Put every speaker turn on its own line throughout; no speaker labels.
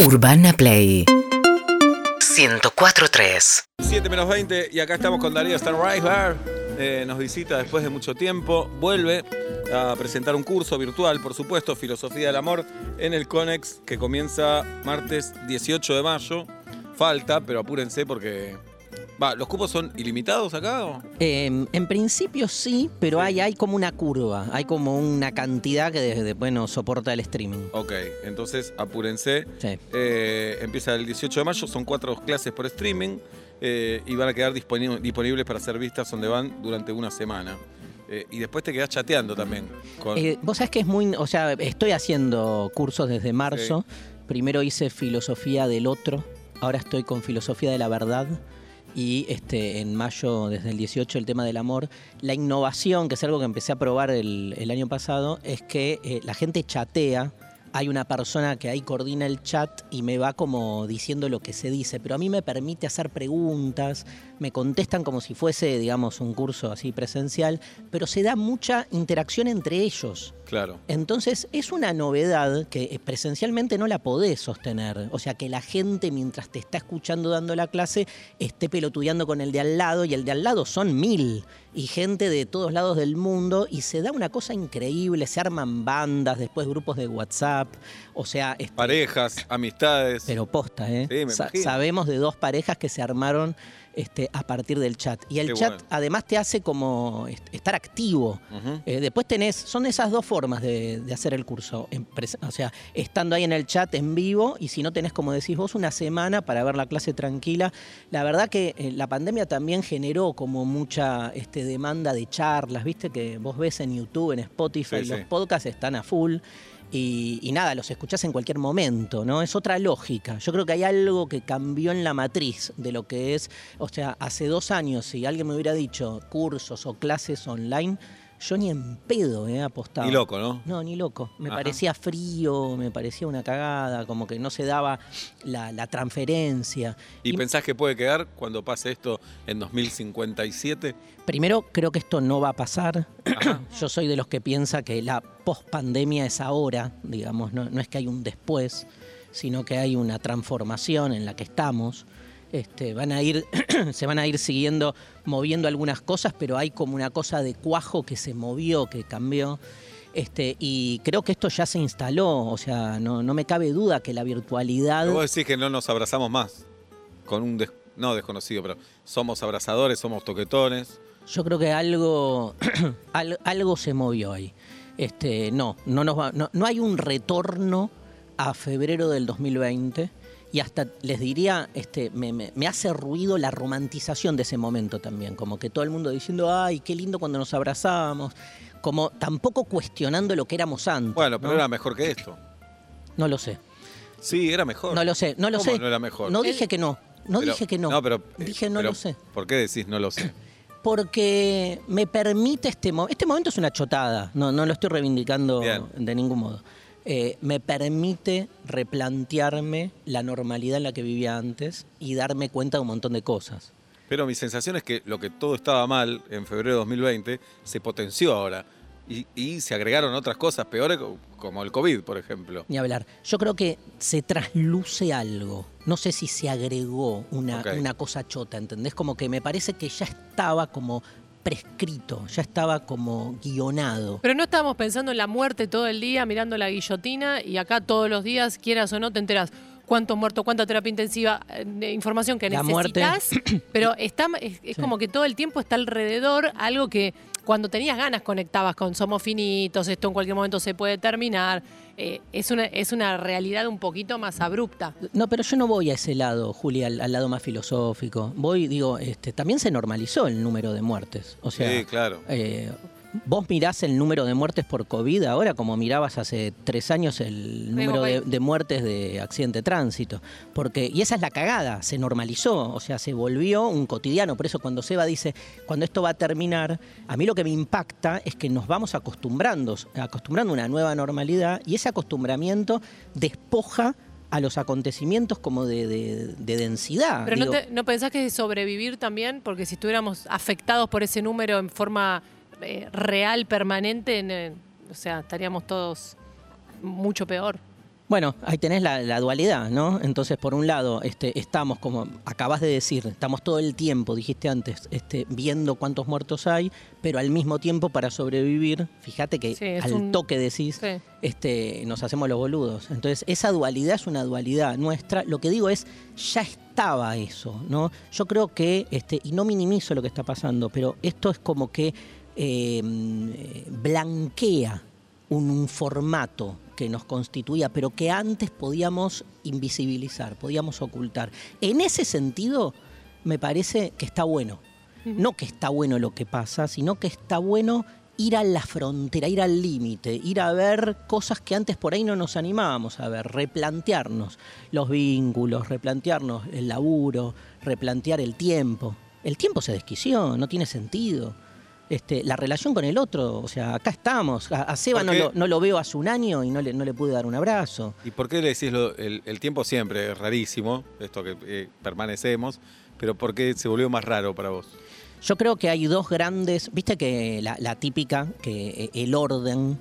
Urbana Play 104.3
7 menos 20 y acá estamos con Darío Stanriver. Eh, nos visita después de mucho tiempo. Vuelve a presentar un curso virtual, por supuesto, Filosofía del Amor, en el CONEX que comienza martes 18 de mayo. Falta, pero apúrense porque... Va, ¿los cupos son ilimitados acá? o?
Eh, en principio sí, pero Hay, hay como una curva, hay como una cantidad que desde bueno soporta el streaming.
Ok, entonces apúrense.
Sí.
Eh, empieza el 18 de mayo, son cuatro clases por streaming eh, y van a quedar disponi- disponibles para ser vistas donde van durante una semana. Eh, y después te quedás chateando también. con-
Eh, Vos sabés que es muy, o sea, estoy haciendo cursos desde marzo. Primero hice filosofía del otro, ahora estoy con filosofía de la verdad. Y este, en mayo, desde el 18, el tema del amor. La innovación, que es algo que empecé a probar el, el año pasado, es que eh, la gente chatea. Hay una persona que ahí coordina el chat y me va como diciendo lo que se dice, pero a mí me permite hacer preguntas, me contestan como si fuese, digamos, un curso así presencial, pero se da mucha interacción entre ellos.
Claro.
Entonces es una novedad que eh, presencialmente no la podés sostener. O sea, que la gente mientras te está escuchando dando la clase esté pelotudeando con el de al lado y el de al lado son mil y gente de todos lados del mundo y se da una cosa increíble, se arman bandas, después grupos de WhatsApp, o sea, es-
Parejas, amistades.
pero posta, ¿eh?
Sí, me imagino.
sabemos de dos parejas que se armaron este, a partir del chat. Y el
Qué
chat
bueno.
además te hace como est- estar activo.
Ujú.
Eh, después tenés, son esas dos formas de, de hacer el curso. En pres- o sea, estando ahí en el chat en vivo y si no tenés, como decís vos, una semana para ver la clase tranquila. La verdad que eh, la pandemia también generó como mucha este, demanda de charlas, viste, que vos ves en YouTube, en Spotify,
Sí,
los
sí.
podcasts están a full. Y, y nada, los escuchás en cualquier momento, ¿no? Es otra lógica. Yo creo que hay algo que cambió en la matriz de lo que es, o sea, hace dos años, si alguien me hubiera dicho cursos o clases online, yo ni en pedo he apostado.
Y loco, ¿no?
No, ni loco. Me
Ajá.
parecía frío, me parecía una cagada, como que no se daba la, la transferencia.
¿Y,
Y-
pensás que puede quedar cuando pase esto en 2057?
Primero, creo que esto no va a pasar.
Ajá.
Yo soy de los que piensa que la pospandemia es ahora, digamos, no, no es que hay un después, sino que hay una transformación en la que estamos. Este, van a ir, se van a ir siguiendo, moviendo algunas cosas, pero hay como una cosa de cuajo que se movió, que cambió. Este, y creo que esto ya se instaló, o sea, no, no me cabe duda que la virtualidad...
Pero Vos decís que no nos abrazamos más. Con un... des- No desconocido, pero somos abrazadores, somos toquetones.
Yo creo que algo, al- algo se movió ahí. Este, no, no, nos va- no, no hay un retorno a febrero del 2020 y hasta les diría, este, me, me- me hace ruido la romantización de ese momento también, como que todo el mundo diciendo, ay, qué lindo cuando nos abrazábamos, como tampoco cuestionando lo que éramos antes.
Bueno, pero
¿no?
era mejor que esto.
No lo sé,
Sí, era mejor.
no lo sé, no lo
¿Cómo
sé.
no era mejor? Eh,
No dije que no, no
Pero-
dije que no.
No, pero. eh,
dije no
pero,
lo sé.
¿Por qué decís no lo sé?
porque me permite este momento. Este momento es una chotada, no, no lo estoy reivindicando
Bien.
de ningún modo. Eh, me permite replantearme la normalidad en la que vivía antes y darme cuenta de un montón de cosas.
Pero mi sensación es que lo que todo estaba mal en febrero de 2020 se potenció ahora. Y, y se agregaron otras cosas peores, co- como el COVID, por ejemplo.
Ni hablar. Yo creo que se trasluce algo. No sé si se agregó una,
Ok.
una cosa chota, ¿entendés? Como que me parece que ya estaba como prescrito, ya estaba como guionado.
Pero no estábamos pensando en la muerte todo el día, mirando la guillotina, y acá todos los días, quieras o no, te enteras cuántos muertos, cuánta terapia intensiva, eh, de información que
La muerte.
necesitas. Pero está, es, es
Sí.
como que todo el tiempo está alrededor algo que cuando tenías ganas conectabas con somos finitos, esto en cualquier momento se puede terminar. Eh, es, una, es una realidad un poquito más abrupta.
No, pero yo no voy a ese lado, Julia, al, al lado más filosófico. Voy, digo, este, también se normalizó el número de muertes. O sea,
sí, claro.
eh, vos mirás el número de muertes por COVID ahora como mirabas hace tres años el número de,
país.
de muertes de accidente de tránsito. Porque, y esa es la cagada, se normalizó, o sea, se volvió un cotidiano. Por eso cuando Seba dice, cuando esto va a terminar, a mí lo que me impacta es que nos vamos acostumbrando, acostumbrando a una nueva normalidad y ese acostumbramiento despoja a los acontecimientos como de, de- de densidad.
Pero no,
Ah, Digo,
te- no pensás que sobrevivir también, porque si estuviéramos afectados por ese número en forma eh, real, permanente, en, eh, o sea, estaríamos todos mucho peor.
Bueno, ahí tenés la, la dualidad, ¿no? Entonces, por un lado, este, estamos, como acabas de decir, estamos todo el tiempo, dijiste antes, este, viendo cuántos muertos hay, pero al mismo tiempo para sobrevivir, fíjate que
Sí, es
al
un-
toque decís,
Sí.
este, nos hacemos los boludos. Entonces, esa dualidad es una dualidad nuestra. Lo que digo es, ya estaba eso, ¿no? Yo creo que, este, y no minimizo lo que está pasando, pero esto es como que eh, blanquea un, un formato que nos constituía, pero que antes podíamos invisibilizar, podíamos ocultar. En ese sentido, me parece que está bueno. No que está bueno lo que pasa, sino que está bueno ir a la frontera, ir al límite, ir a ver cosas que antes por ahí no nos animábamos a ver, replantearnos los vínculos, replantearnos el laburo, replantear el tiempo. El tiempo se desquició, no tiene sentido. Este, la relación con el otro, o sea, acá estamos. A, a Seba no
Porque-
lo, no lo veo hace un año y no le, no le pude dar un abrazo.
¿Y por qué le decís lo- el, el tiempo siempre? Es rarísimo, esto que eh, permanecemos, pero ¿por qué se volvió más raro para vos?
Yo creo que hay dos grandes, viste que la, la típica, que eh, el orden,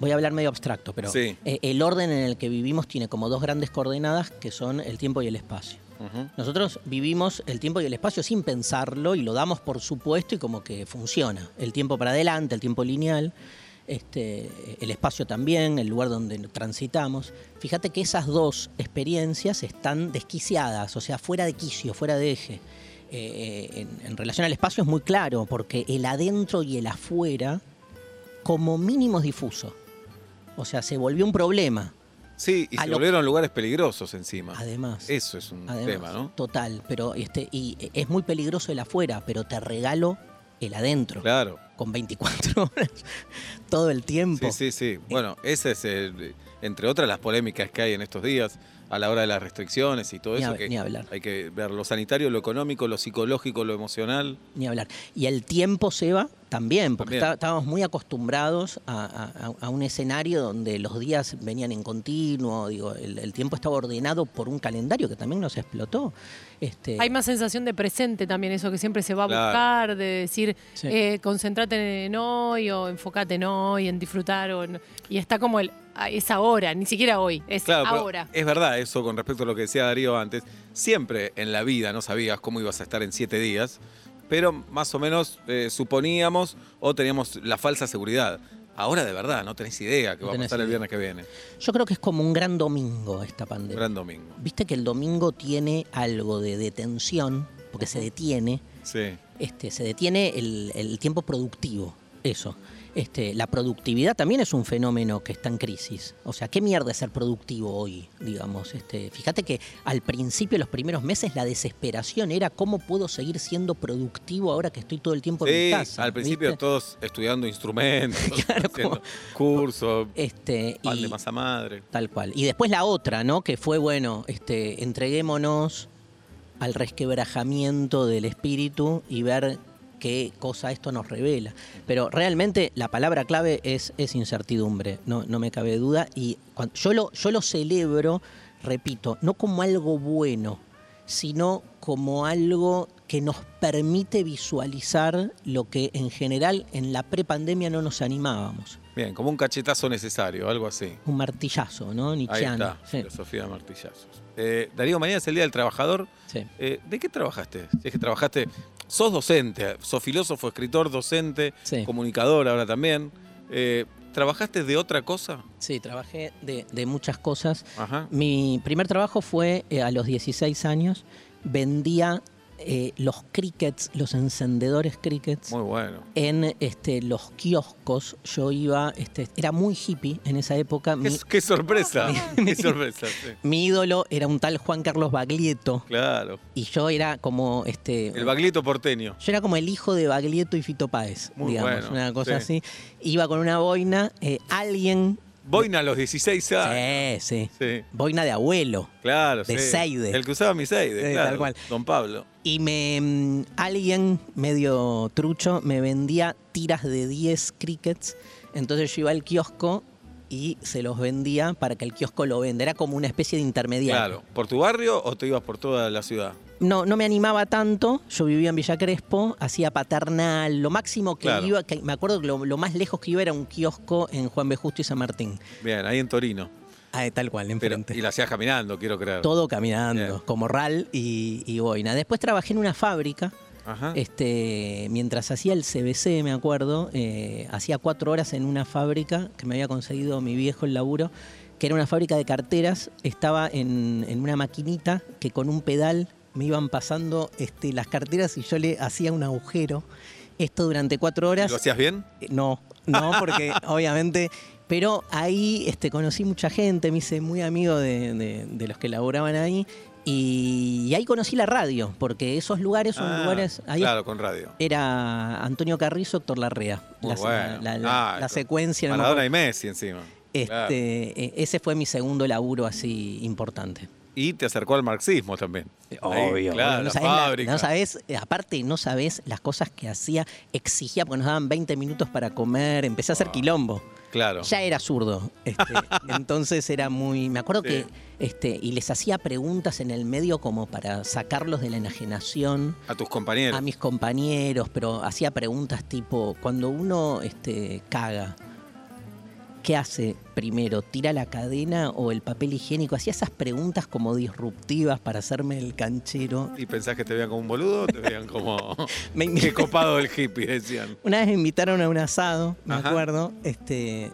voy a hablar medio abstracto, pero
Sí.
eh, el orden en el que vivimos tiene como dos grandes coordenadas que son el tiempo y el espacio.
Ujú.
Nosotros vivimos el tiempo y el espacio sin pensarlo y lo damos por supuesto y como que funciona. El tiempo para adelante, el tiempo lineal, este, el espacio también, el lugar donde transitamos. Fíjate que esas dos experiencias están desquiciadas, o sea, fuera de quicio, fuera de eje. Eh, eh, en- en relación al espacio es muy claro, porque el adentro y el afuera, como mínimo, es difuso. O sea, se volvió un problema.
Sí, y
A
se
lo-
volvieron lugares peligrosos encima.
Además.
Eso es un
Además,
tema, ¿no?
Total, pero este, y eh, es muy peligroso el afuera, pero te regalo el adentro.
Claro.
Con 24 horas todo el tiempo. Eh,
Sí, sí, sí. Bueno, ese es, el- entre otras, las polémicas que hay en estos días a la hora de las restricciones y todo
Ni
eso.
hab-
que
ni hablar.
Hay que ver lo sanitario, lo económico, lo psicológico, lo emocional.
Ni hablar. Y el tiempo se va también, porque
También.
está- estábamos muy acostumbrados a, a- a- a un escenario donde los días venían en continuo, digo, el, el tiempo estaba ordenado por un calendario que también nos explotó. Este,
Hay más sensación de presente también, eso que siempre se va a
Claro.
buscar, de decir,
Sí.
eh, concentrate en hoy o enfócate en hoy, en disfrutar. O en- y está como el, ah, es ahora, ni siquiera hoy, es
Claro, pero
ahora.
es verdad eso con respecto a lo que decía Darío antes. Siempre en la vida no sabías cómo ibas a estar en siete días, pero más o menos eh, suponíamos o teníamos la falsa seguridad. Ahora de verdad no tenés idea que
No
va a
tenés
pasar el
idea.
viernes que viene.
Yo creo que es como un gran domingo esta pandemia.
Gran domingo.
Viste que el domingo tiene algo de detención, porque se detiene,
Sí.
este, se detiene el, el tiempo productivo, eso. Este, la productividad también es un fenómeno que está en crisis. O sea, ¿qué mierda es ser productivo hoy, digamos? Este, fíjate que al principio, los primeros meses, la desesperación era cómo puedo seguir siendo productivo ahora que estoy todo el tiempo en mi
Sí,
casa.
al principio
¿viste?
todos estudiando instrumentos,
Claro,
haciendo
como-
cursos,
Este,
pan de
y-
masa madre.
Tal cual. Y después la otra, ¿no? Que fue, bueno, este, entreguémonos al resquebrajamiento del espíritu y ver qué cosa esto nos revela. Pero realmente la palabra clave es, es incertidumbre, no, no me cabe duda. Y cuan- yo, lo, yo lo celebro, repito, no como algo bueno, sino como algo que nos permite visualizar lo que en general en la prepandemia no nos animábamos.
Bien, como un cachetazo necesario, algo así.
Un martillazo, ¿no?
Ahí
Nietzscheano.
está,
Sí,
filosofía de martillazos. Eh, Darío, mañana es el Día del Trabajador.
sí.
Eh, ¿De qué trabajaste? Si es que trabajaste, sos docente, sos filósofo, escritor, docente,
Sí.
comunicador ahora también. Eh, ¿Trabajaste de otra cosa?
Sí, trabajé de, de muchas cosas.
Ajá.
Mi primer trabajo fue eh, a los 16 años. Vendía eh, los crickets, los encendedores crickets.
Muy bueno.
en este, los kioscos yo iba, este, era muy hippie en esa época.
Qué,
Mi,
qué sorpresa. qué sorpresa. sí.
mi ídolo era un tal Juan Carlos Baglietto
Claro.
y yo era como este,
El baglito porteño.
Yo era como el hijo de Baglietto y Fito Páez,
Muy
digamos,
bueno,
una cosa
sí.
así. Iba con una boina, eh, alguien,
Boina a los 16 años.
sí, sí,
Sí.
boina de abuelo,
Claro,
De
sí.
Seide.
El que usaba mi Seide,
Sí,
claro.
tal cual.
Don Pablo.
Y me mm, alguien medio trucho me vendía tiras de 10 crickets. Entonces yo iba al kiosco y se los vendía para que el kiosco lo venda. Era como una especie de intermediario.
Claro. ¿Por tu barrio o te ibas por toda la ciudad?
No, no me animaba tanto. Yo vivía en Villa Crespo, hacía paternal. Lo máximo que
Claro.
iba, que me acuerdo que lo, lo más lejos que iba era un kiosco en Juan B. Justo y San Martín.
Bien, ahí en Torino.
Ah, tal cual,
Pero-
enfrente.
y la hacías caminando, quiero creer.
Todo caminando,
Bien.
como RAL y, y boina. Después trabajé en una fábrica,
Ajá.
este, mientras hacía el CBC, me acuerdo, eh, hacía cuatro horas en una fábrica que me había conseguido mi viejo el laburo, que era una fábrica de carteras, estaba en, en una maquinita que con un pedal me iban pasando este, las carteras y yo le hacía un agujero. Esto durante cuatro horas.
¿Lo hacías bien?
Eh, No, no, porque obviamente. Pero ahí este, conocí mucha gente, me hice muy amigo de, de- de los que laboraban ahí. Y, ahí conocí la radio, porque esos lugares son
Ah,
lugares. Ahí
Claro, con radio.
era Antonio Carrizo, Héctor Larrea.
Muy
la,
bueno.
la- la-
Ah,
la secuencia. no me
Maradona
acuerdo.
y Messi encima.
Este,
Claro.
eh, Ese fue mi segundo laburo así importante.
Y te acercó al marxismo también. Ahí,
Bueno,
claro,
no
la
sabés la-
fábrica.
no sabés, eh, aparte no sabés las cosas que hacía, exigía, porque nos daban 20 minutos para comer, empecé a hacer
Ah.
quilombo.
Claro.
Ya era zurdo. este, entonces era muy. Me acuerdo
Sí.
que. Este, y les hacía preguntas en el medio como para sacarlos de la enajenación
A tus compañeros.
a mis compañeros, pero hacía preguntas tipo: cuando uno este, caga, ¿qué hace primero? ¿Tira la cadena o el papel higiénico? Hacía esas preguntas como disruptivas para hacerme el canchero.
¿Y pensás que te veían como un boludo o te veían como.
Me-
Qué copado el hippie, decían.
Una vez me invitaron a un asado, me
Ajá.
acuerdo. Este,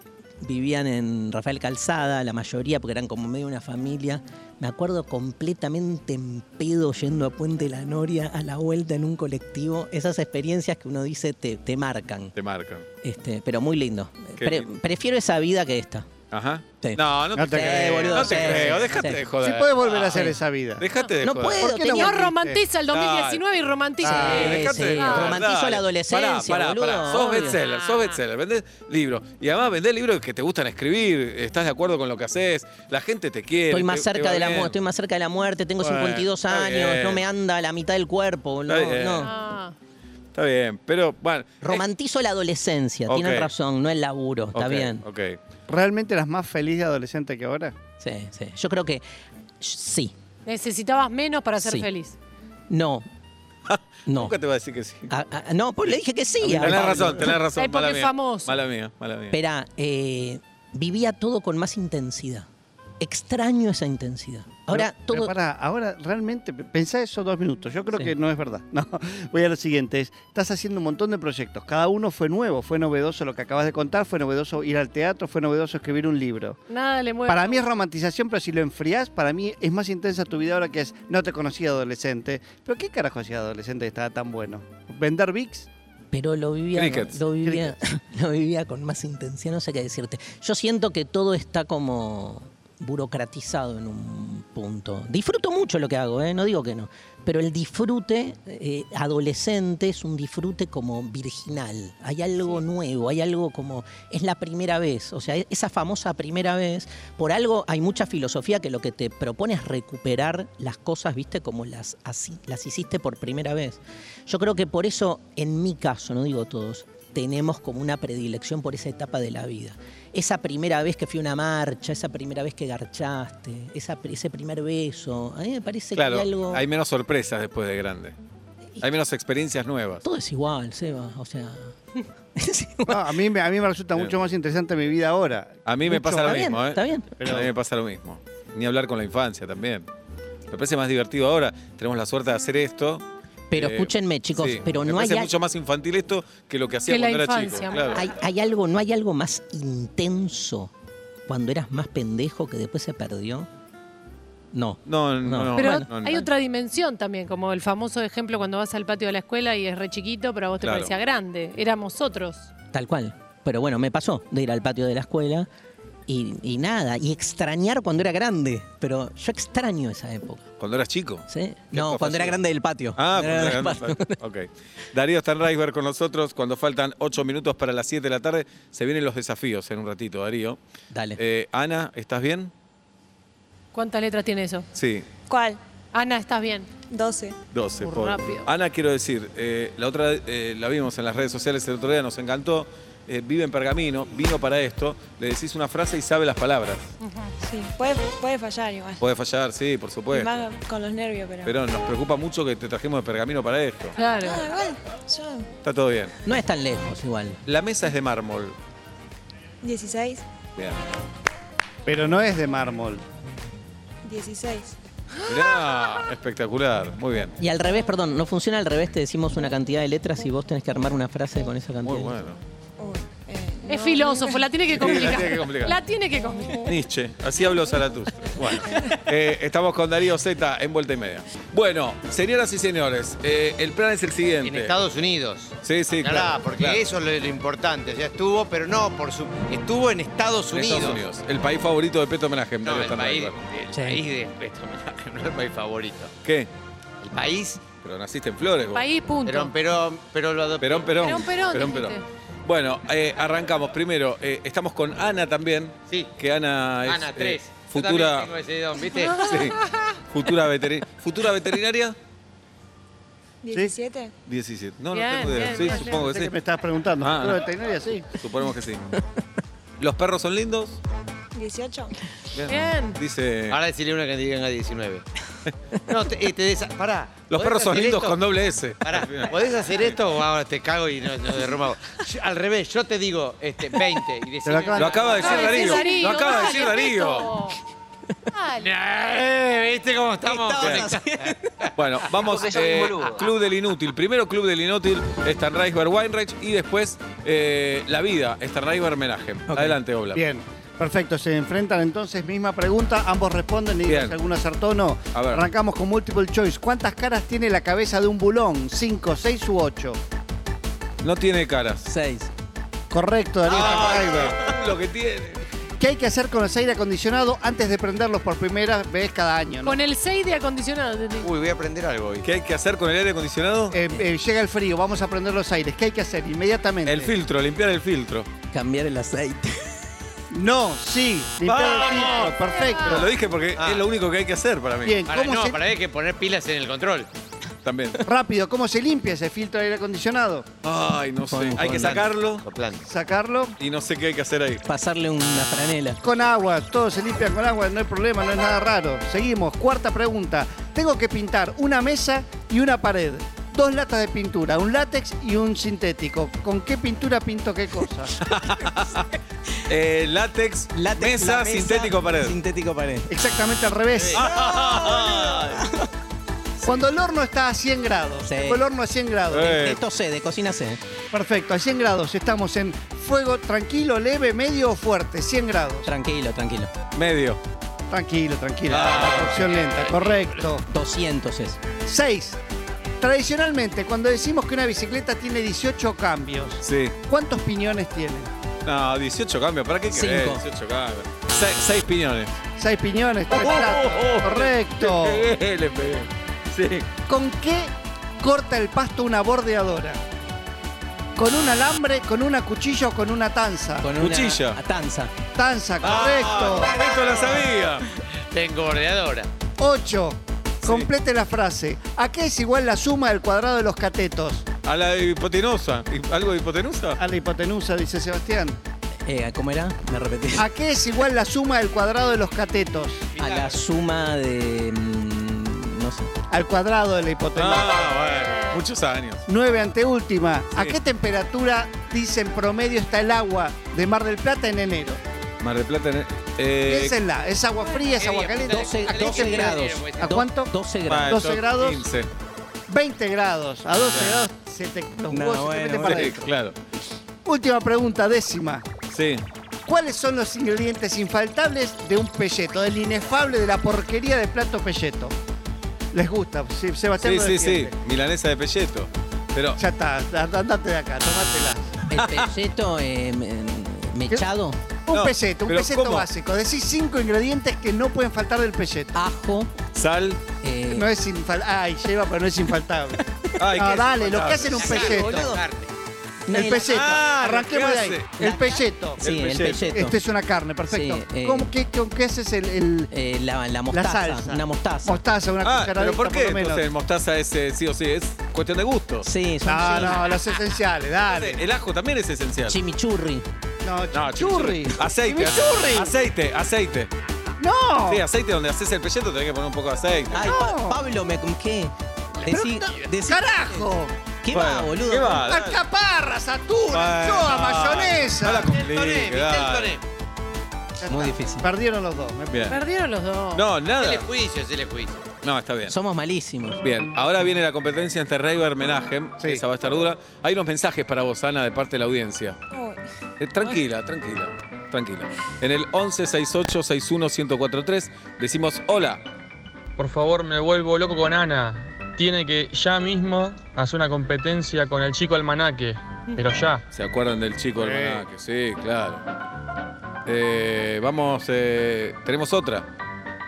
vivían en Rafael Calzada, la mayoría, porque eran como medio una familia. Me acuerdo completamente en pedo yendo a Puente La Noria a la vuelta en un colectivo. Esas experiencias que uno dice te, te marcan.
Te marcan.
Este, pero muy lindo.
Qué
Pre-
lindo.
Prefiero esa vida que esta.
Ajá.
Sí.
No, no te,
No te creo,
creo.
boludo,
No te
sí,
creo.
sí,
Dejate
sí.
de
Si
joder.
puedes volver a hacer
sí.
esa vida.
Dejate de
No
eh, joder.
puedo,
¿Por qué
Señor,
no volviste?
romantiza el 2019 y romantiza.
Ah,
el-
Eh,
dejate de
sí,
joder,
romantizo
dale.
la adolescencia, boludo,
Sos
obvio.
bestseller, sos bestseller. Vendés libros. Y además vendés libros que te gustan escribir. Estás de acuerdo con lo que haces. La gente te quiere.
Estoy
te-
más
te va
cerca de la
bien.
muerte, estoy más cerca de la muerte, tengo
Bueno,
52
está
años,
bien.
no me anda la mitad del cuerpo, no,
Está bien.
no.
Ah.
Está bien, pero bueno.
Romantizo la adolescencia,
Ok.
tienen razón, no el laburo,
eh,
está
ok,
bien.
Ok.
¿Realmente eras más feliz de adolescente que ahora?
Sí, sí. Yo creo que sí,
Necesitabas menos para ser
Sí.
feliz.
no, no.
Nunca te va a decir que sí.
Ah, ah, no, pues le dije que sí.
Tenés
a Pablo.
razón, tenés razón.
Ay, porque
mala
es
mía.
famoso.
Mala mía, mala mía.
Esperá, eh, vivía todo con más intensidad. Extraño esa intensidad. Ahora
Pero-
todo...
pero pará, ahora realmente, pensá eso dos minutos. Yo creo
Sí.
que no es verdad. No, voy a lo siguiente. es, estás haciendo un montón de proyectos. Cada uno fue nuevo, fue novedoso lo que acabas de contar, fue novedoso ir al teatro, fue novedoso escribir un libro.
Nada le mueve.
Para mí es romantización, pero si lo enfriás, para mí es más intensa tu vida ahora que es no te conocí adolescente. ¿Pero qué carajo hacía adolescente que estaba tan bueno? ¿Vender VIX?
pero lo vivía,
Crickets.
lo vivía, lo vivía con más intensidad, no sé qué decirte. Yo siento que todo está como burocratizado en un punto. Disfruto mucho lo que hago, ¿eh? no digo que no, pero el disfrute eh, adolescente es un disfrute como virginal. Hay algo nuevo, hay algo como es la primera vez, o sea, e- esa famosa primera vez. Por algo hay mucha filosofía que lo que te propone es recuperar las cosas, viste, como las así, las hiciste por primera vez. Yo creo que por eso, en mi caso, no digo todos, tenemos como una predilección por esa etapa de la vida. Esa primera vez que fui a una marcha, esa primera vez que garchaste, esa, pri- ese primer beso, a mí me parece
claro,
que hay algo...
hay menos sorpresas después de grande. Hay menos experiencias nuevas.
Todo es igual, Seba, o sea... es igual.
No, a, mí, me- a mí me resulta
Bien.
mucho más interesante mi vida ahora.
A mí me
Mucho
pasa lo
está bien,
mismo, ¿eh?
está bien.
Pero... A mí me pasa lo mismo. Ni hablar con la infancia también. Me parece más divertido ahora. Tenemos la suerte de hacer esto.
Pero
Eh,
escúchenme, chicos,
sí.
pero
me
no hay...
parece
al-
mucho más infantil esto que lo que hacía
Que la
cuando era chico.
infancia.
claro.
hay, hay algo, no hay algo más intenso cuando eras más pendejo que después se perdió. No.
No, no,
No.
no.
Pero
no, no.
hay otra dimensión también, como el famoso ejemplo cuando vas al patio de la escuela y es re chiquito, pero a vos te
Claro.
parecía grande. Éramos otros.
Tal cual. Pero bueno, me pasó de ir al patio de la escuela y, y nada, y extrañar cuando era grande. Pero yo extraño esa época.
Cuando eras chico.
¿sí? No,
cosa
cuando era
hacía?
grande del patio.
Ah,
Cuando era
pues,
grande del patio.
ok. Darío Stanreisberg con nosotros. Cuando faltan 8 minutos para las 7 de la tarde, se vienen los desafíos en un ratito, Darío.
Dale.
Eh, Ana, ¿estás bien?
¿Cuántas letras tiene eso?
Sí,
¿Cuál?
Ana, ¿estás bien?
12.
12.
Muy
pobre.
rápido.
Ana, quiero decir, eh, la otra eh, la vimos en las redes sociales el otro día, nos encantó. Eh, vive en Pergamino, vino para esto. Le decís una frase y sabe las palabras.
Sí, puede, puede fallar igual.
Puede fallar, sí, por
Y
supuesto.
más con los nervios, pero.
Pero nos preocupa mucho que te trajimos de Pergamino para esto.
Claro.
No, igual. Yo.
Está todo bien.
No es tan lejos igual.
La mesa es de mármol.
16.
Bien.
Pero no es de mármol.
16.
Mirá, espectacular. Muy bien.
Y al revés, perdón, no funciona al revés, te decimos una cantidad de letras y vos tenés que armar una frase con esa cantidad.
Muy
de letras.
bueno.
Uy, eh, no,
Es filósofo, la tiene
Sí,
que
la tiene
complicar.
que complicar.
La tiene que complicar.
Nietzsche, así habló Zaratustra. Bueno, eh, estamos con Darío Z en vuelta y media. Bueno, señoras y señores, eh, el plan es el
En
siguiente.
Estados Unidos.
Sí, sí,
Nada,
claro.
porque
claro.
eso es lo, lo importante. O sea, estuvo, pero no por su. Estuvo en Estados
En
Unidos.
Estados Unidos. El país favorito de Peto Homenaje.
No, el país, el
Sí.
país de respeto, homenaje, no el país favorito.
¿Qué?
El país,
Pero naciste en Flores, vos.
País, punto.
pero, pero, pero lo adoptó.
Perón, Perón.
Perón, Perón, dijiste.
Bueno, eh, arrancamos. Primero, eh, estamos con Ana también.
Sí.
Que Ana es.
Ana,
eh,
tres. Yo
futura.
también tengo ese don, ¿viste?
Sí. Futura, veteri- futura veterinaria.
17.
17. No,
Bien,
no tengo idea.
bien,
Sí,
bien,
supongo
Sé que me
que Pues sí.
estabas preguntando.
Ah,
¿Tú
no.
veterinaria? Sí.
Suponemos que sí. ¿Los perros son lindos?
18.
Bien.
Dice.
Ahora decirle una que digan a 19. No, te, eh, te desa- Pará.
Los
¿podés
perros son
hacer
lindos
esto?
con doble S.
Pará, ¿podés hacer esto o ahora te cago y no, no derrumbo? Yo- al revés, yo te digo este, 20 y decime...
acaba-
Lo acaba de
Acaba
decir Darío. Lo acaba de
dale,
decir Darío.
Beto. Dale.
Eh, ¿Viste cómo estamos?
Bueno, vamos
Porque yo soy
eh,
un boludo.
Club del Inútil. Primero Club del Inútil, Stanraiver Weinreich y después eh, La Vida, Stanraiver Homenaje. Adelante, Obla.
Bien. Perfecto, se enfrentan entonces, misma pregunta, ambos responden y
Bien.
dicen si alguno acertó o no.
A ver.
Arrancamos con multiple choice. ¿Cuántas caras tiene la cabeza de un bulón? ¿Cinco, seis u ocho?
No tiene caras.
Seis.
Correcto, Darío Stanraiver.
Lo que tiene.
¿Qué hay que hacer con los aire acondicionado antes de prenderlos por primera vez cada año? no?
Con el 6 de acondicionado. te digo.
Uy, voy a aprender algo hoy.
¿Qué hay que hacer con el aire acondicionado?
Eh, eh, llega el frío, vamos a prender los aires. ¿Qué hay que hacer inmediatamente?
El filtro, limpiar el filtro.
Cambiar el aceite.
No, sí, limpiar el filtro.
Pero lo
Perfecto.
dije porque
Ah.
es lo único que hay que hacer para mí.
Bien,
Para,
¿cómo
no,
se...
para hay que poner pilas en el control.
También.
Rápido, ¿cómo se limpia ese filtro de aire acondicionado?
Ay, no sé.
Con-
Hay que sacarlo
Soplando.
Sacarlo
y no sé qué hay que hacer ahí.
Pasarle una franela.
con agua, todo se limpia con agua, no hay problema, no es nada raro. Seguimos, cuarta pregunta. Tengo que pintar una mesa y una pared. Dos latas de pintura, un látex y un sintético. ¿Con qué pintura pinto qué cosa?
Eh, látex,
Látex,
mesa,
la
sintético, pared.
Sintético pared.
Exactamente al revés.
Ah,
Cuando el horno está a 100 grados.
Sí.
Tengo el horno a 100 grados.
Eh.
Esto sé, de cocina sé.
Perfecto, a 100 grados. Estamos en fuego tranquilo, leve, medio o fuerte. 100 grados.
Tranquilo, tranquilo.
Medio.
Tranquilo, tranquilo. La cocción lenta, correcto.
200 es.
6. Tradicionalmente, cuando decimos que una bicicleta tiene 18 cambios,
Sí.
¿cuántos piñones tiene?
No, 18 cambios. ¿Para qué querés?
Cinco.
18 cambios. 6, piñones. Oh,
6 piñones, 3 platos. Correcto.
Le pegué, le pegué. Sí.
¿Con qué corta el pasto una bordeadora? ¿Con un alambre, con una cuchilla o con una tanza?
Con una
Cuchilla.
tanza.
Tanza, correcto.
Ah, esto lo sabía.
Tengo bordeadora.
8. Complete la frase. ¿A qué es igual la suma del cuadrado de los catetos?
A la hipotenusa. ¿Hi- ¿Algo de hipotenusa?
A la hipotenusa, dice Sebastián.
Eh, ¿Cómo era? Me repetí.
¿A qué es igual la suma del cuadrado de los catetos?
A la suma de. mm, No sé.
Al cuadrado de la hipotenusa.
Ah, bueno. Muchos años.
9. Anteúltima. ¿A
Sí.
qué temperatura, dice en promedio, está el agua de Mar del Plata en enero?
Mar del Plata. en- Eh,
Piénsenla. ¿Es agua fría? ¿Es agua caliente?
12,
¿A qué
12
temperatura?
Ah, grados.
¿A
Do-
cuánto?
12
ah,
grados.
yo
12 grados.
15.
20 grados. A 12 grados se te, los
No,
huevos se te
bueno,
meten
bueno.
para
Sí,
adentro.
claro.
Última pregunta, décima.
Sí.
¿Cuáles son los ingredientes infaltables de un pelleto? Del inefable, de la porquería del plato pelleto. ¿Les gusta? Sí, Sebastián
Sí,
lo
sí, sí.
defiende.
Milanesa de pelleto. Pero.
Ya está, a- andate de acá, tomátela.
El pelleto eh, me- mechado.
Un
No,
pelleto, un
pero
pelleto
¿cómo?
básico. Decís cinco ingredientes que no pueden faltar del pelleto.
Ajo.
Sal.
eh,
No es infaltable. Ay, lleva, pero no es infaltable.
Ay,
no,
qué
dale, lo
infaltable.
que hacen un
Sacar,
pelleto.
boludo.
El pelleto,
Ah, lo
arranquemos
que
de ahí.
hace.
El pelleto.
Sí,
El
el
pelleto.
pelleto.
Esto es una carne, perfecto.
Sí, eh.
¿Cómo, qué, ¿Con qué haces el, el-
Eh, la, la
la
mostaza.
salsa?
Una mostaza.
Mostaza, una
Ah,
cucharadita
pero ¿por qué?
lo menos.
entonces, mostaza es eh, sí o sí, es cuestión de gusto.
sí, son
No,
sí.
no, los esenciales, dale.
El ajo también es esencial.
Chimichurri.
No,
No,
chimichurri.
Aceite.
Chimichurri.
Aceite, aceite.
No.
Sí, aceite donde haces el pelleto tenés que poner un poco de aceite.
Ay, Pa- Pablo, me. ¿Qué? Decí, decí-
Carajo.
¿Qué
Bueno,
va, boludo?
¿Qué va? Dale.
Alcaparras, atún, anchoa,
Bueno, No la
mayonesa.
compliques,
Toné, ¿viste el
dale.
toné?
Muy difícil.
Perdieron los dos. me-
Bien.
Perdieron los dos.
No,
Es
nada.
el juicio, es el juicio.
No, está bien.
Somos malísimos.
Bien, ahora viene la competencia entre Reiber Menajem.
Sí.
Esa va a estar dura. Hay unos mensajes para vos, Ana, de parte de la audiencia.
Uy,
Eh, tranquila, tranquila, tranquila. En el 1168-61-1043 decimos hola.
Por favor, me vuelvo loco con Ana. Tiene que ya mismo hacer una competencia con el chico almanaque. Pero ya.
¿Se acuerdan del chico del
Sí.
almanaque? Sí, claro. Eh, vamos, eh, tenemos otra.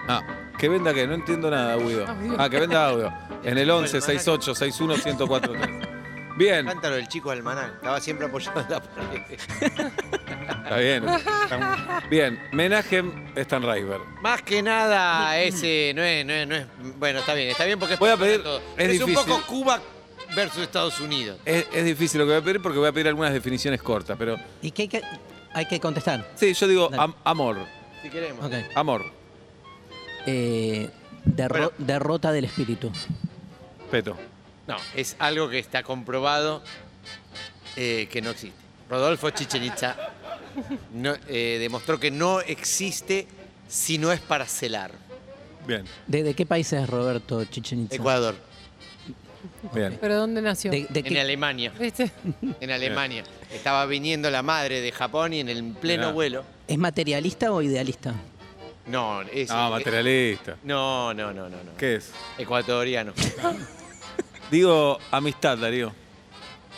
Ah, que venda que no entiendo nada, Guido. Ah, que venda audio. En el 1168-61-1043. Bien,
Cántalo del chico del manal. Estaba siempre apoyado en la pared.
está bien. Bien, Menajem Stanriver.
Más que nada, ese no es, no es, no es. Bueno, está bien, está bien porque es
Voy a pedir-
para todo.
es
Es, un
difícil.
poco Cuba versus Estados Unidos.
Es, es difícil lo que voy a pedir porque voy a pedir algunas definiciones cortas, pero
¿Y qué hay que, hay que contestar?
sí, yo digo
Dale.
am- amor,
Si queremos.
Ok.
amor,
Eh, derro-
Bueno.
derrota del espíritu.
peto.
No, es algo que está comprobado eh, que no existe. Rodolfo Chichen Itza no, eh, demostró que no existe si no es para celar.
Bien,
¿De, de qué país es Roberto Chichen Itza?
Ecuador,
bien.
¿Pero dónde nació?
¿De, de
en
qué,
Alemania,
¿Viste?
en Alemania. Estaba viniendo la madre de Japón y en el pleno
Mirá.
vuelo.
¿Es materialista o idealista?
No, es.
Ah, materialista.
No, no, no, no, no.
¿Qué es?
Ecuatoriano.
Digo amistad, Darío.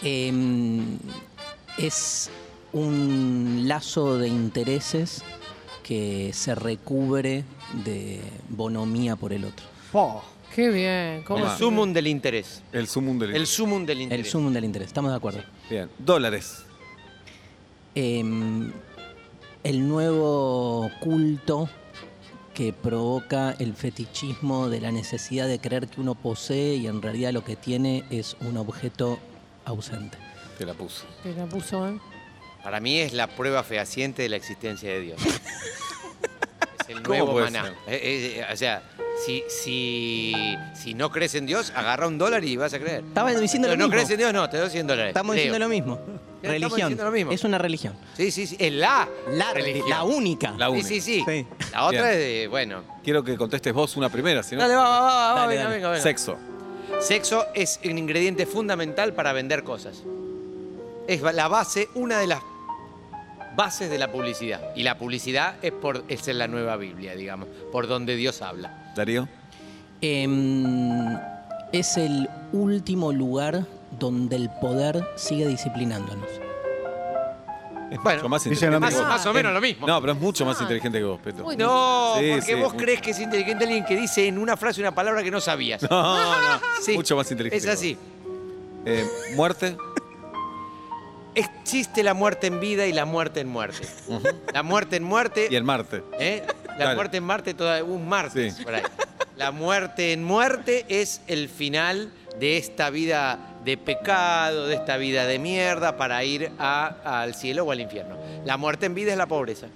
Eh, es un lazo de intereses que se recubre de bonomía por el otro.
Po.
Qué bien. ¿Cómo
El
Tomá.
sumum del interés.
El sumum del
El sumum del
El
interés.
sumum del interés, estamos de acuerdo.
Bien. Dólares.
Eh, el nuevo culto que provoca el fetichismo de la necesidad de creer que uno posee y en realidad lo que tiene es un objeto ausente.
Te la puse.
Te la puso, ¿eh?
Para mí es la prueba fehaciente de la existencia de Dios. es el
¿Cómo
nuevo
puede
maná. Eh, eh, eh, o sea, si, si, si no crees en Dios, agarra un dólar y vas a creer.
Estaba diciendo
Pero
lo
no
mismo.
crees en Dios, no, te doy 100 dólares.
Estamos
Leo.
diciendo lo mismo. Religión.
diciendo lo mismo.
Es una religión.
Sí, sí, sí. Es la,
La,
religión.
la única.
La
Sí,
única.
sí, sí,
Sí.
La otra
Bien.
es de, bueno.
Quiero que contestes vos una primera, si no.
Dale, va, va, va, va,
Dale,
venga,
dale.
venga, venga.
Sexo.
Sexo es un ingrediente fundamental para vender cosas. Es la base, una de las bases de la publicidad. Y la publicidad es, por, es en la nueva Biblia, digamos, por donde Dios habla.
Darío.
Em, es el último lugar donde el poder sigue disciplinándonos.
Es
Bueno,
mucho más
dicen lo
inteligente.
Más,
que vos. Eh,
más o menos lo mismo.
No, pero es mucho más
Ah.
inteligente que vos, Peto.
Uy,
No,
Sí,
porque
sí,
vos
mu-
crees que es inteligente alguien que dice en una frase una palabra que no sabías.
No, no.
Sí,
Mucho más inteligente.
Es así.
que vos. Eh, muerte.
Existe la muerte en vida y la muerte en muerte. La muerte en muerte.
Y el Marte.
¿Eh? La
Dale.
muerte en Marte, toda, un martes
Sí.
por ahí. La muerte en muerte es el final de esta vida de pecado, de esta vida de mierda para ir a- al cielo o al infierno. La muerte en vida es la pobreza.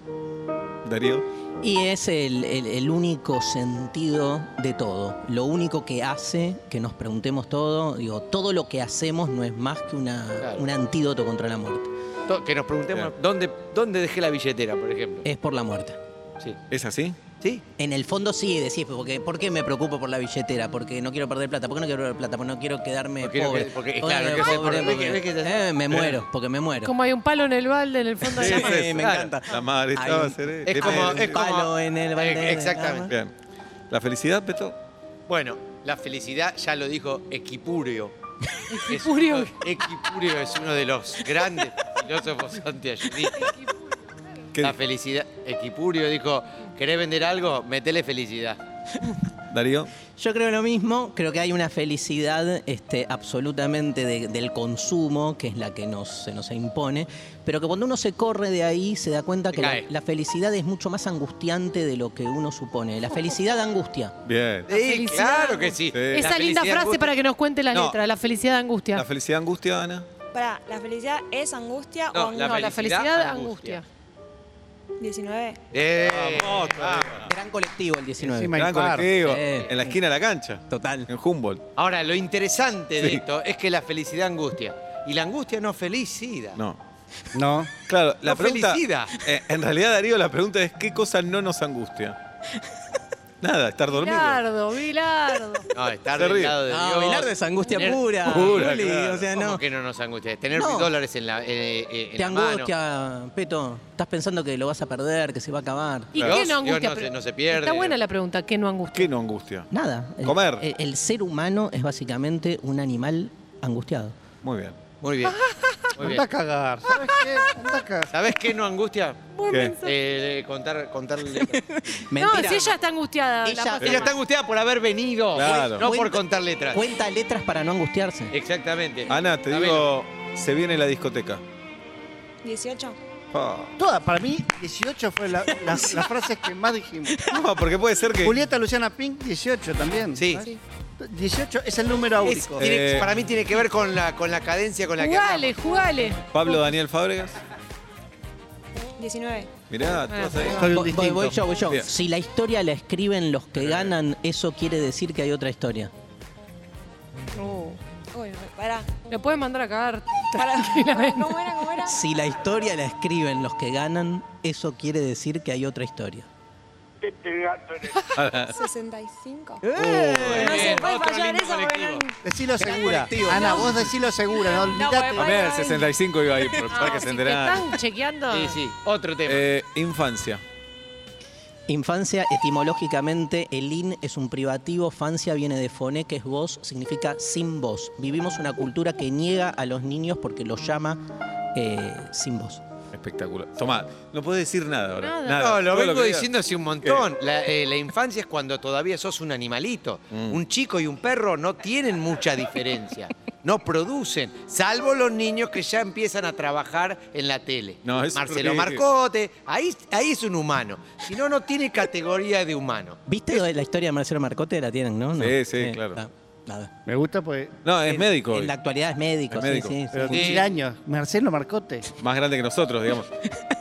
Darío.
Y es el, el- el único sentido de todo. Lo único que hace que nos preguntemos todo, digo, todo lo que hacemos no es más que una,
Claro.
un antídoto contra la muerte.
To- Que nos preguntemos,
Bien.
¿dónde, ¿dónde dejé la billetera, por ejemplo?
Es por la muerte.
Sí.
¿Es así?
¿Sí?
En el fondo sí decís, porque ¿por qué me preocupo por la billetera? Porque no quiero perder plata, porque no quiero perder plata, porque no quiero quedarme
Porque no
pobre.
querés- porque,
Porque
claro,
me
que sé,
pobre,
porque-
porque-
ves que- ves que-
eh, me muero, porque me muero.
Como hay un palo en el balde en el fondo de la
Sí,
mar.
me encanta.
La madre
Hay
estaba
un-
serena.
es como-
Hay
es
un
como-
palo en el balde
Eh,
de la
exactamente.
Bien. La felicidad, Peto.
Bueno, la felicidad, ya lo dijo Equipurio. Es
Equipurio.
uno- Equipurio es uno de los grandes filósofos antiayunistas.
¿Qué
La
dijo?
felicidad. Equipurio dijo, ¿querés vender algo? Metele felicidad.
Darío.
Yo creo lo mismo, creo que hay una felicidad este, absolutamente de- del consumo, que es la que nos, se nos impone, pero que cuando uno se corre de ahí se da cuenta
Se
que la,
cae.
la felicidad es mucho más angustiante de lo que uno supone. La felicidad angustia.
Bien.
Sí,
felicidad.
claro que sí.
Sí.
Esa
Eh, La
linda
felicidad
frase
angustia.
para que nos cuente la
No.
letra, la felicidad de angustia.
La felicidad, angustia, Ana.
Pará, ¿la felicidad es angustia
No,
o angustia?
no, la
felicidad,
felicidad
angustia.
angustia.
19.
Eh,
Vamos,
ah.
Gran colectivo el 19.
Encima
Gran
impar.
colectivo.
Sí.
En la esquina de la cancha.
Total.
En Humboldt.
Ahora, lo interesante de
Sí.
esto es que la felicidad angustia. Y la angustia no es felicidad.
No.
No.
Claro, la
No
pregunta.
felicida.
eh, en realidad, Darío, la pregunta es: ¿qué cosa no nos angustia? Nada, estar dormido.
Bilardo, Bilardo.
No, estar
Terrible.
del lado de Dios.
No, Bilardo es angustia
Tener-
pura.
Pura,
Juli,
claro.
O sea,
¿Cómo
no.
que no nos angustia? Tener
No.
dólares en la, eh, eh, en
Te
la mano.
angustia, Peto. Estás pensando que lo vas a perder, que se va a acabar.
¿Y
Claro.
qué no
Dios,
angustia?
Dios no se-
Pero
no se pierde.
Está buena la pregunta, ¿qué no angustia?
¿Qué no angustia?
Nada. El-
Comer.
El, el ser humano es básicamente un animal angustiado.
Muy bien.
Muy bien.
Anda a
Muy bien.
cagar. ¿Sabes qué? Anda a cagar.
¿Sabés qué no angustia?
¿Qué?
Eh, contar, contarle.
Mentira.
No, si ella está angustiada. la
Ella-
pasa
Ella está
mal.
angustiada por haber venido,
Claro.
no por
Cuenta-
contar letras.
Cuenta letras para no angustiarse.
Exactamente.
Ana, te
Sabelo.
digo: se viene la discoteca.
18.
Ah.
Toda, para mí, 18 fue la, la- las frases que más dijimos.
No, porque puede ser que.
Julieta Luciana Pink, 18 también.
Sí.
¿sabes? 18 es el número
Es-
áurico.
tiene-
Eh.
Para mí tiene que ver con la, con la cadencia con la que
Jugale, jugale.
Pablo Daniel Fábregas.
19.
Mirá, todas ahí.
Soy un
Voy, voy-
distinto.
voy yo, voy yo.
Bien.
Si la historia la escriben los que ganan, eso quiere decir que hay otra historia.
Oh.
Uy, pará.
Lo pueden mandar a cagar
pará.
tranquilamente.
¿Cómo era? ¿Cómo era?
Si la historia la escriben los que ganan, eso quiere decir que hay otra historia.
65.
hablamos.
No se puede
Otro
fallar
lindo
eso, porque
colectivo.
no-
Decilo segura. Ana, vos decilo segura, no
No,
olvidate.
porque-
También el 65 iba ahí, pero para que
Ah, si
se
te
enteraran.
están chequeando.
Sí, sí, otro tema.
Eh, infancia.
Infancia, etimológicamente, el in es un privativo, fancia viene de foné, que es voz, significa sin voz. Vivimos una cultura que niega a los niños porque los llama eh, sin voz.
Espectacular. Tomá, no puedes decir nada ahora.
Nada.
No, lo
Todo
vengo
que digas.
diciendo hace un montón. La, eh, la infancia es cuando todavía sos un animalito.
Mm.
Un chico y un perro no tienen mucha diferencia. No producen, salvo los niños que ya empiezan a trabajar en la tele.
No, es
Marcelo
horrible.
Marcote, ahí, ahí es un humano. Si no, no tiene categoría de humano.
¿Viste lo de la historia de Marcelo Marcote? La tienen, ¿no? No.
Sí, sí, claro.
nada, nada.
Me gusta porque.
No, es
En-
médico. hoy.
En la actualidad es médico,
Es
sí,
médico.
sí, sí.
Pero con
Sí.
mil años. Marcelo Marcote.
Más grande que nosotros, digamos.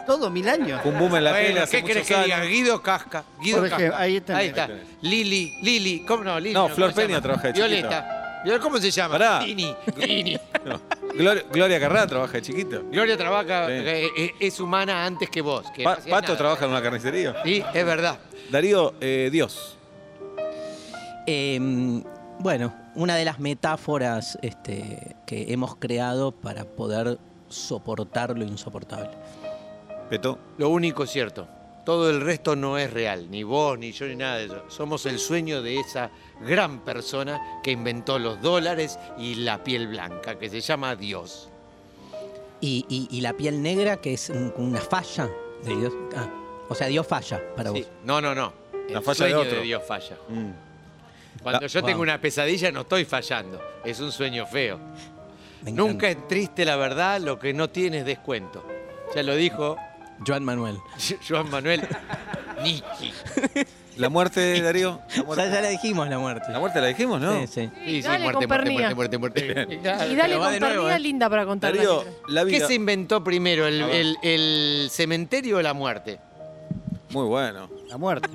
Todo mil años.
Fue un boom en la
Bueno,
tele hace
¿Qué
muchos
crees que diga?
años.
Guido Casca. Guido
Por ejemplo,
Casca.
ahí tenés.
ahí está.
Ahí tenés.
Lili, Lili, ¿cómo no? Lili,
No,
¿cómo
Flor
se llama?
Peña trabaja de
Violeta. Violeta, ¿Cómo se llama?
Pará.
Lini. Lini.
No. Gloria, Gloria Carrá trabaja de chiquita.
Gloria trabaja,
Sí.
eh, eh, es humana antes que vos. que
Pa-
no hacías
Pato
nada.
trabaja en una carnicería.
Sí, es verdad.
Darío, eh, Dios.
Eh, bueno, una de las metáforas este, que hemos creado para poder soportar lo insoportable.
Petó.
Lo único cierto. Todo el resto no es real, ni vos, ni yo, ni nada de eso. Somos el sueño de esa gran persona que inventó los dólares y la piel blanca, que se llama Dios.
Y, y- y la piel negra, que es un- una falla de Dios. Ah, o sea, Dios falla para
Sí.
vos.
No, no, no. El
La falla de
sueño
otro.
Dios falla.
Mm.
Cuando
Ah,
yo
wow.
tengo una pesadilla no estoy fallando. Es un sueño feo.
Me encanta.
Nunca entriste la verdad, lo que no tienes descuento. Ya lo dijo
Joan Manuel.
Joan Manuel Nicky.
La muerte, Darío. La
O
muerte.
sea, ya le dijimos la muerte.
La muerte la dijimos, ¿no?
Sí, sí.
Sí, dale con pernía.
muerte, muerte,
Y
muerte.
dale
Pero va
con
de nuevo,
pernida
¿eh?
linda para contar. la
Darío,
letra.
la
¿Qué
vida.
se inventó primero, el,
A ver.
el- el cementerio o la muerte?
Muy bueno.
La muerte.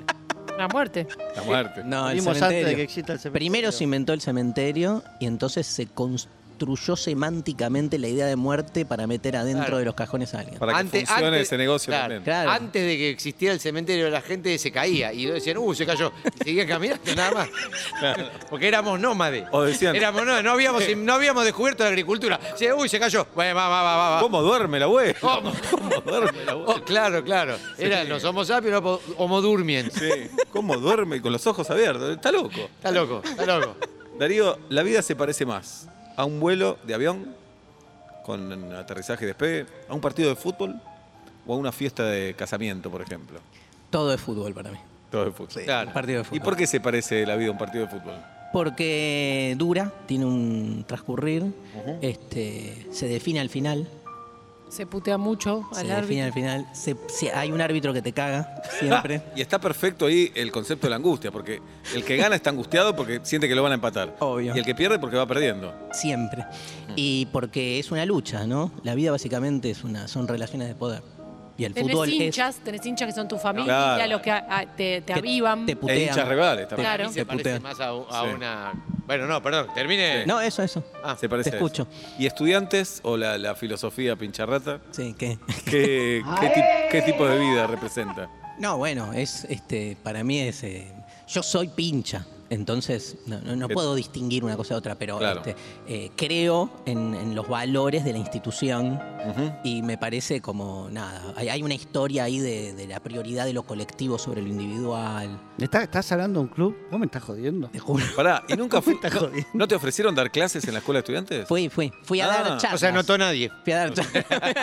La muerte.
La muerte.
No, el
Vimos antes de que
cementerio.
exista el cementerio.
Primero se inventó el cementerio y entonces se construyó semánticamente la idea de muerte para meter adentro
Claro.
de los cajones a alguien.
Para que funcione ese negocio
claro,
también.
Claro.
Antes de que existiera el cementerio, la gente se caía y decían, uh, se cayó. Y seguían caminando nada más. Porque éramos nómades.
O decían- "Eh".
Éramos nómades, no habíamos, no habíamos descubierto la agricultura. Decían, uy, se cayó. Bueno, va, va, va, va, va.
¿Cómo duerme la web?
¿Cómo?
¿Cómo duerme la
Oh,
web?
claro, claro. Era, los homo sapiens, homo- homo durmiens.
Sí. ¿Cómo duerme con los ojos abiertos? Está loco.
Está loco, está loco.
Darío, la vida se parece más a un vuelo de avión con aterrizaje y despegue, a un partido de fútbol o a una fiesta de casamiento, por ejemplo.
Todo es fútbol para mí.
Todo de fútbol.
Claro.
Un partido de fútbol.
¿Y por qué se parece la vida a un partido de fútbol?
Porque dura, tiene un transcurrir, este, se define al final,
Se putea mucho
se
al
define
árbitro.
al final, se- se- hay un árbitro que te caga siempre.
Y está perfecto ahí el concepto de la angustia, porque el que gana está angustiado porque siente que lo van a empatar.
Obvio.
Y el que pierde porque va perdiendo.
Siempre.
Mm.
Y porque es una lucha, ¿no? La vida básicamente es una, son relaciones de poder. Y el
Tenés
fútbol
hinchas, tenés hinchas que son tu familia,
Claro.
los que a- a- te,
es. que
te avivan.
Te
E
putean.
hinchas rivales también.
Claro.
Se parece
putean.
más a, a
Sí.
una Bueno, no, perdón, termine.
No, eso, eso.
Ah,
Se parece.
Te
a eso.
escucho.
¿Y estudiantes o la, la filosofía pincharrata?
Sí, ¿qué?
¿Qué, qué, ti- qué tipo de vida representa?
No, bueno, es este, para mí es. eh, yo soy pincha, entonces no, no- no
Que-
puedo distinguir una cosa de otra, pero
Claro.
este, eh, creo en, en los valores de la institución y me parece como nada. Hay, hay una historia ahí de, de la prioridad de lo colectivo sobre lo individual.
¿Estás, estás hablando de un club? ¿Vos me estás jodiendo?
Te juro.
Pará, ¿y nunca fui,
Está
no,
jodiendo.
¿no te ofrecieron dar clases en la escuela de estudiantes?
Fui, fui, fui a
Ah,
dar
o
charlas.
O sea, notó nadie.
Fui a dar,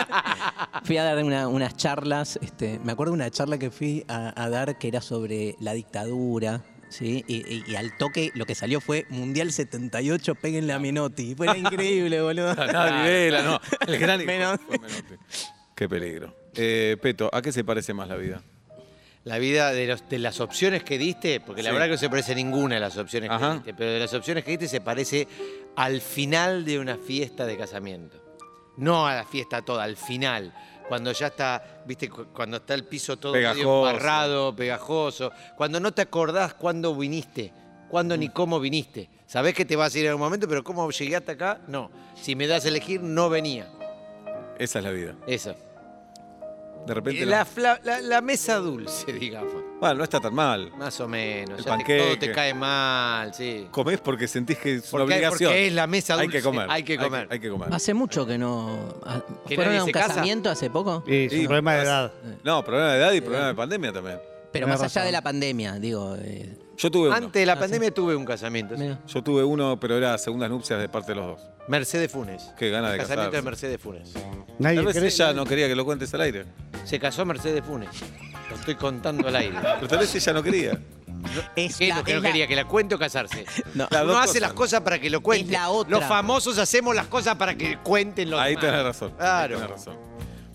fui a dar una- unas charlas. Este, me acuerdo de una charla que fui a, a dar que era sobre la dictadura. ¿sí? Y, y- y al toque lo que salió fue Mundial 78, péguenle a Menotti. Fue increíble, boludo.
Ah, Nadie vela, no. El gran hijo
Menos-
fue Menotti. Qué peligro. Eh, Peto, ¿a qué se parece más la vida?
La vida de, los- de las opciones que diste, porque la
Sí.
verdad que no se parece ninguna a las opciones
Ajá.
que diste, pero de las opciones que diste se parece al final de una fiesta de casamiento. No a la fiesta toda, al final. Cuando ya está, viste, cu- cuando está el piso todo medio
Pegajoso.
embarrado, pegajoso. Cuando no te acordás cuándo viniste, cuándo
Mm.
ni cómo viniste. Sabés que te vas a ir en algún momento, pero cómo llegué hasta acá, no. Si me das a elegir, no venía.
Esa es la vida.
Eso.
De repente.
La,
no-
fla- la- la mesa dulce, digamos.
Bueno, no está tan mal.
Más o menos.
El
ya te- todo
panqueque.
te cae mal, sí.
Comés porque sentís que es una
Porque hay-
obligación.
porque es la mesa
Hay
dulce,
que comer.
hay que comer.
Hay, que comer.
Hace mucho que no. a-
¿Que
¿Fueron
nadie
a un
se casa?
casamiento hace poco?
Sí, es
Sí,
un problema de
pasa.
edad.
No, problema de edad y
¿eh?
problema de pandemia también.
Pero
tenés
más
razón.
allá de la pandemia, digo. eh,
Yo tuve uno. Ah,
Antes de la pandemia tuve un casamiento. sí.
mira.
Yo tuve uno, pero era segundas nupcias de parte de los dos.
Mercedes Funes.
Qué gana de
Casamiento de
casarse.
Mercedes Funes.
Nadie
Tal vez
cree-
ella no quería que lo cuentes al aire.
Se casó Mercedes Funes. Lo estoy contando al aire.
Pero tal vez ella no quería.
Es
¿Qué es
la-
lo que no
es la-
quería? ¿Que la cuente o casarse?
No.
Las
Uno
dos
hace
cosas.
las cosas para que lo cuente.
Es la otra.
Los famosos hacemos las cosas para que cuenten los
Ahí
demás.
tenés razón.
Claro.
Ahí tenés razón.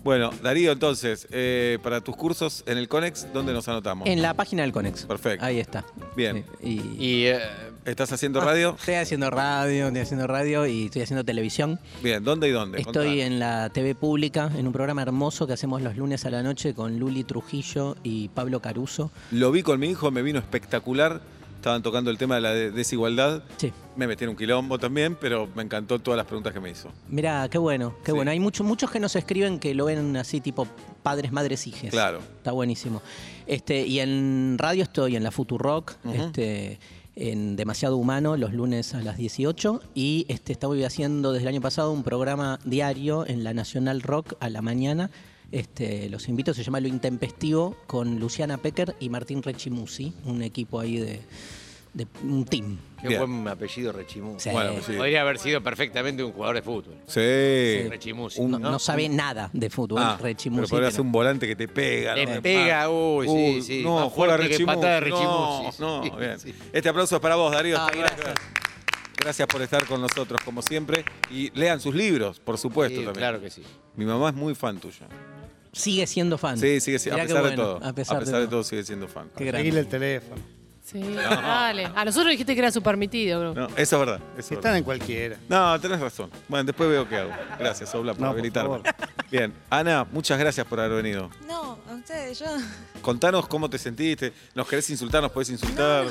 Bueno, Darío, entonces, eh, para tus cursos en el Conex, ¿dónde nos anotamos?
En la página del Conex.
Perfecto.
Ahí está.
Bien.
Y-
Y eh,
¿Estás haciendo radio?
Estoy haciendo radio, estoy haciendo radio y estoy haciendo televisión.
Bien, ¿dónde y dónde?
Estoy en la TV pública, en un programa hermoso que hacemos los lunes a la noche con Luli Trujillo y Pablo Caruso.
Lo vi con mi hijo, me vino espectacular. Estaban tocando el tema de la de- desigualdad.
Sí,
Me metí en un quilombo también, pero me encantó todas las preguntas que me hizo.
mira, qué bueno,
Sí.
qué bueno. Hay muchos muchos que nos escriben que lo ven así tipo padres, madres, hijes.
Claro.
Está buenísimo. Este, y en radio estoy en la Futurock, este, en Demasiado Humano, los lunes a las 18. Y este, estoy haciendo desde el año pasado un programa diario en la Nacional Rock a la mañana. Este, los invito, se llama Lo Intempestivo, con Luciana Pecker y Martín Rechimusi, un equipo ahí de, de un team.
qué
Bien.
buen apellido Rechimú.
Sí.
Bueno, sí.
Podría haber sido perfectamente un jugador de fútbol.
Sí.
Rechimusi.
Un-
no, Eh, no sabe nada de fútbol,
Ah,
Rechimusi.
Pero podría
pero-
ser un volante que te pega.
Le
¿no? Ah. Uh,
pega, uy, sí, sí.
No,
Más
juega
fuerte que
Rechimusi.
patada de
No,
Rechimusi.
no,
Sí,
bien.
sí.
Este aplauso es para vos, Darío.
Ah,
Hasta ahora. gracias. por estar con nosotros, como siempre. Y lean sus libros, por supuesto,
Sí,
también.
Claro que sí.
Mi mamá es muy fan tuya.
Sigue siendo fan.
Sí, sigue siendo, a
Mirá qué
pesar de
bueno,
todo.
A pesar,
de, todo. sigue siendo fan.
Qué grande.
Seguile el teléfono.
Sí, dale. A nosotros dijiste que era su permitido, bro.
No, eso es verdad. eso es
Están
verdad.
en cualquiera.
No, tenés razón. Bueno, después veo qué hago. Gracias, Obla, por
No, por
habilitarme.
favor.
Bien, Ana, muchas gracias por haber venido.
No, a ustedes, yo.
Contanos cómo te sentiste. ¿Nos querés insultar? ¿Nos podés insultar?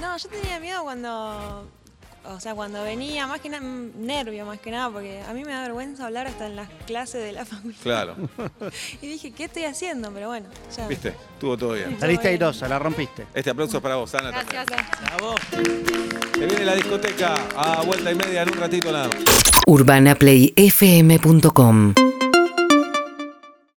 No, yo tenía miedo cuando. O sea, cuando venía, más que nada, mm, nervio más que nada, porque a mí me da vergüenza hablar hasta en las clases de la facultad.
Claro,
Y dije, ¿qué estoy haciendo? Pero bueno, ya.
viste, estuvo todo bien.
Saliste airosa, la rompiste.
Este aplauso es para vos, Ana. también.
Gracias.
Se viene la discoteca a vuelta y media en un ratito nada más.
urbanaplayfm.com